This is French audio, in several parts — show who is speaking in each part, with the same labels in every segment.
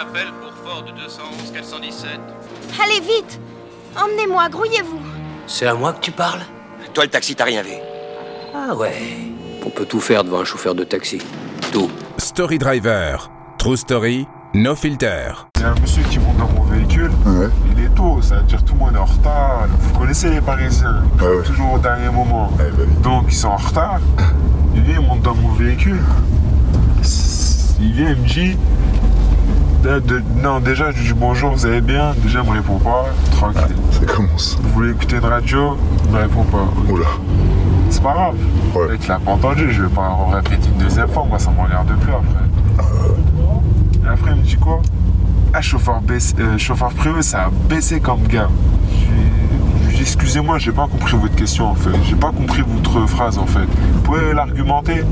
Speaker 1: appel pour Ford 211 417.
Speaker 2: Allez vite Emmenez-moi, grouillez-vous
Speaker 3: C'est à moi que tu parles
Speaker 4: Toi, le taxi, t'as rien vu.
Speaker 3: Ah ouais. On peut tout faire devant un chauffeur de taxi. Tout.
Speaker 5: Story Driver, True Story, No Filter.
Speaker 6: Il y a un monsieur qui monte dans mon véhicule,
Speaker 7: Ouais.
Speaker 6: il est tôt, ça veut dire tout le monde est en retard. Vous connaissez les Parisiens, ils
Speaker 7: Ah Ouais, Ah bah ouais.
Speaker 6: sont toujours au dernier moment.
Speaker 7: Allez, vas-y.
Speaker 6: Donc ils sont en retard, il vient, il monte dans mon véhicule, il vient, il me dit, Ah, de- non déjà je lui dis bonjour, vous allez bien, déjà il me répond pas, tranquille.
Speaker 7: Ça commence.
Speaker 6: Vous voulez écouter une radio, il me répond pas.
Speaker 7: Oula.
Speaker 6: C'est pas grave.
Speaker 7: Ouais.
Speaker 6: Peut-être qu'il a pas entendu, je vais pas en répéter une deuxième fois, moi ça me regarde plus après. Et après il me dit quoi Ah chauffeur, baisse- euh, chauffeur privé ça a baissé comme gamme. Je lui dis excusez-moi, j'ai pas compris votre question en fait. J'ai pas compris votre phrase en fait. Vous pouvez l'argumenter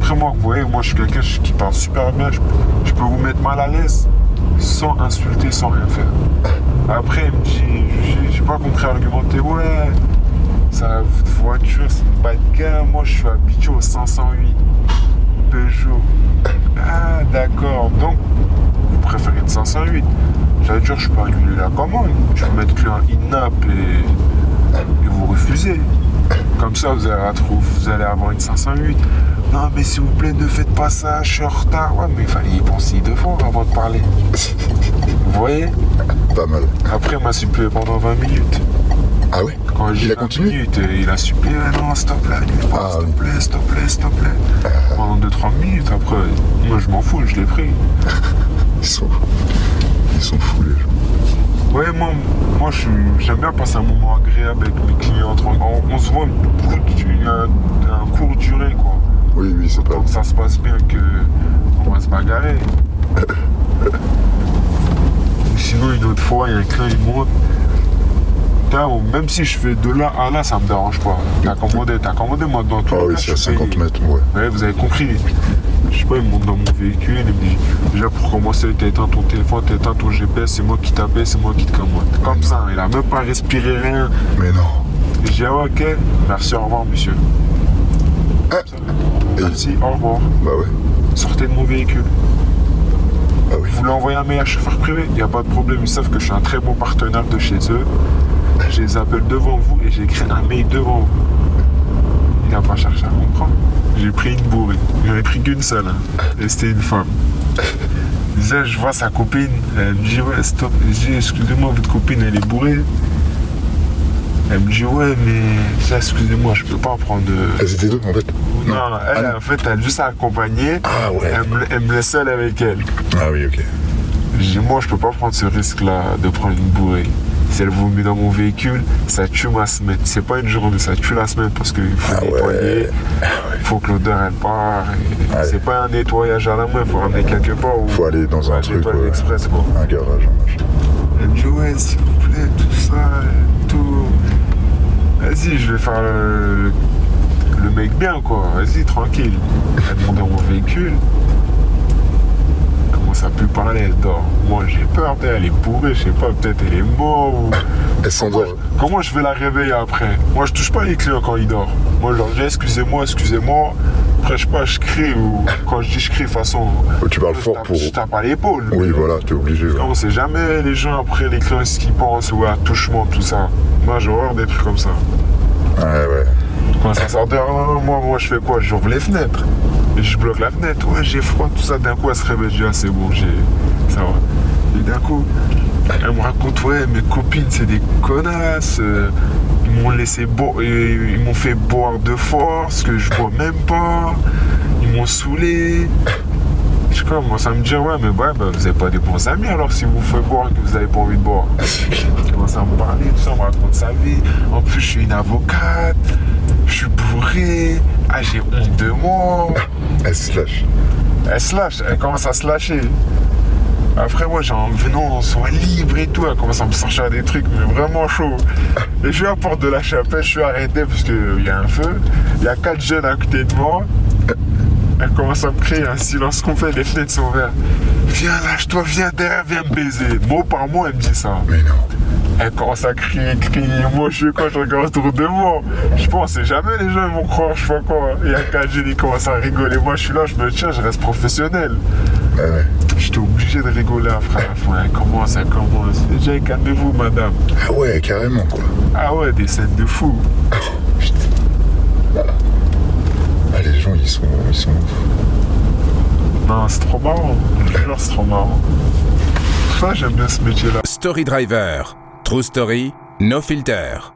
Speaker 6: Après moi, vous voyez, moi je suis quelqu'un qui parle super bien, je, je peux vous mettre mal à l'aise sans insulter, sans rien faire. Après il me dit, j'ai- j'ai pas compris argumenter, ouais. Sa voiture, c'est une bas de gamme. Moi, je suis habitué au 508 Peugeot. Ah, d'accord. Donc, vous préférez une 508 J'allais dire, je peux annuler la commande. Je peux mettre que un INAP et, et vous refusez. Comme ça, vous allez, la trouver- vous allez avoir une 508. Non, mais s'il vous plaît, ne faites pas ça, je suis en retard. Ouais, mais il fallait y penser deux fois avant de parler. Vous voyez
Speaker 7: Pas mal.
Speaker 6: Après, il m'a supplé pendant 20 minutes.
Speaker 7: Ah ouais
Speaker 6: Quand Oh, j'ai
Speaker 7: Il a
Speaker 6: vingt
Speaker 7: continué
Speaker 6: minutes, euh, Il a supplié, Ah non, s'il te plaît, annule pas,
Speaker 7: Ah,
Speaker 6: s'il
Speaker 7: oui. Euh.
Speaker 6: te plaît, s'il te plaît, s'il te plaît. Pendant 2-3 minutes, après, moi je m'en fous, je l'ai pris.
Speaker 7: Ils sont. Ils sont fous, les gens.
Speaker 6: Ouais, moi, moi je suis- j'aime bien passer un moment agréable avec mes clients. tranquille. On, on se voit une courte- une- un, un court durée, quoi.
Speaker 7: Oui, oui, c'est pas
Speaker 6: Donc ça se passe bien que on va se bagarrer. Sinon, une autre fois, il y a un client, il monte. Putain, même si je fais de là à là, ça me dérange pas. T'as commandé, t'as commandé, moi, dans tout
Speaker 7: Ah oui, c'est à 50 mètres, ouais.
Speaker 6: Ouais, vous avez compris. Je sais pas, il monte dans mon véhicule, il me dit déjà pour commencer, t'éteins ton téléphone, t'éteins ton GPS, c'est moi qui t'appelle, c'est moi qui te commande. Comme ça, il a même pas respiré rien.
Speaker 7: Mais non.
Speaker 6: J'ai dit ah, ok, merci, au revoir monsieur.
Speaker 7: Ah. Et-
Speaker 6: Merci, au revoir.
Speaker 7: Bah ouais.
Speaker 6: Sortez de mon véhicule.
Speaker 7: Ah oui.
Speaker 6: Vous voulez envoyer un mail à chauffeur privé Il n'y a pas de problème, ils savent que je suis un très bon partenaire de chez eux. Je les appelle devant vous et j'écris un mail devant vous. Il n'a pas cherché à comprendre. J'ai pris une bourrée. J'en ai pris qu'une seule. hein. Et c'était une femme. Déjà, je vois sa copine. Elle me dit Ouais, stop. Je dis Excusez-moi, votre copine, elle est bourrée. Elle me dit Ouais, mais ça, excusez-moi, je peux pas prendre. euh,
Speaker 7: Elles étaient deux, en fait.
Speaker 6: Non, elle,
Speaker 7: Ah, non.
Speaker 6: en fait, elle a juste à accompagner.
Speaker 7: Ah ouais.
Speaker 6: Elle me- elle me laisse seule avec elle.
Speaker 7: Ah oui, ok.
Speaker 6: J'ai dit, moi, je peux pas prendre ce risque-là de prendre une bourrée. Si elle vomit dans mon véhicule, ça tue ma semaine. C'est pas une journée, ça tue la semaine parce qu'il faut
Speaker 7: Ah ouais.
Speaker 6: nettoyer, il faut que l'odeur elle part. Et
Speaker 7: Ouais.
Speaker 6: C'est pas un nettoyage à la main, faut ramener quelque part ou
Speaker 7: Faut aller dans un truc,
Speaker 6: nettoyer
Speaker 7: ouais.
Speaker 6: express quoi.
Speaker 7: Un garage, un machin.
Speaker 6: Elle me dit ouais, Euh, s'il vous plaît, tout ça, et tout. Vas-y, je vais faire le, le mec bien, quoi. Vas-y, tranquille. Elle monte dans mon véhicule. Elle Commence à plus parler, elle dort. Moi, j'ai peur, peut-être elle est bourrée, je sais pas, peut-être elle est morte. ou-
Speaker 7: Elles s'endorment.
Speaker 6: Comment je vais la réveiller après Moi, je touche pas les clients quand ils dorment. Moi, je leur dis excusez-moi, excusez-moi. Après, je sais pas, je crie ou quand je dis je crie, de toute façon.
Speaker 7: Oh, tu parles
Speaker 6: je
Speaker 7: fort
Speaker 6: tape-
Speaker 7: pour-
Speaker 6: Je tape à l'épaule.
Speaker 7: Oui, voilà, t'es obligé. ouais.
Speaker 6: On sait jamais les gens après les clients ce qu'ils pensent ou à touchement, tout ça. Moi j'ai horreur des trucs comme ça.
Speaker 7: Ouais, ouais.
Speaker 6: Quand ça sort dehors, non, non, moi, moi je fais quoi J'ouvre les fenêtres. Et je bloque la fenêtre. Ouais, j'ai froid, tout ça. D'un coup, elle se réveille. Je dis, ah, c'est bon, j'ai. Ça va. Et d'un coup, elle me raconte, ouais, mes copines, c'est des connasses. euh, Ils m'ont laissé bo- euh, ils m'ont fait boire de force, que je bois même pas. Ils m'ont saoulé. Je commence à me dire, ouais, mais ouais, bah, vous n'avez pas des bons amis alors si vous faites boire et que vous n'avez pas envie de boire. Elle commence à me parler, tout ça, on me raconte sa vie. En plus, je suis une avocate, je suis bourré, ah, j'ai honte de moi.
Speaker 7: Elles se lâchent.
Speaker 6: Elle se lâche, elle commence à se lâcher. Après, moi, j'ai envie, non, on soit libre et tout. Elle commence à me sortir des trucs, mais vraiment chaud. Et je suis à la porte de la chapelle, je suis arrêté parce qu'il y a un feu. Il y a quatre jeunes à côté de moi. Elle commence à me créer un silence complet, les fenêtres sont ouvertes. Viens, lâche-toi, viens derrière, viens me baiser. Mot par mot, elle me dit ça.
Speaker 7: Mais non.
Speaker 6: Elle commence à crier, crier. Moi, je suis quoi Je regarde autour de moi. Je pense, c'est jamais les gens ils vont croire, je sais pas quoi. Et Akajin, il commence à rigoler. Moi, je suis là, je me tiens, je reste professionnel.
Speaker 7: Ah ouais.
Speaker 6: J'étais obligé de rigoler après. la fois. Elle commence, elle commence. Déjà, calmez-vous, madame.
Speaker 7: Ah ouais, carrément quoi.
Speaker 6: Ah ouais, des scènes de fou.
Speaker 7: Ah, putain. Ah, les gens, ils sont, ils sont ouf.
Speaker 6: Non, c'est trop marrant. Je jure, c'est trop marrant. Ça, j'aime bien ce métier-là.
Speaker 5: Story Driver, True Story, No Filter.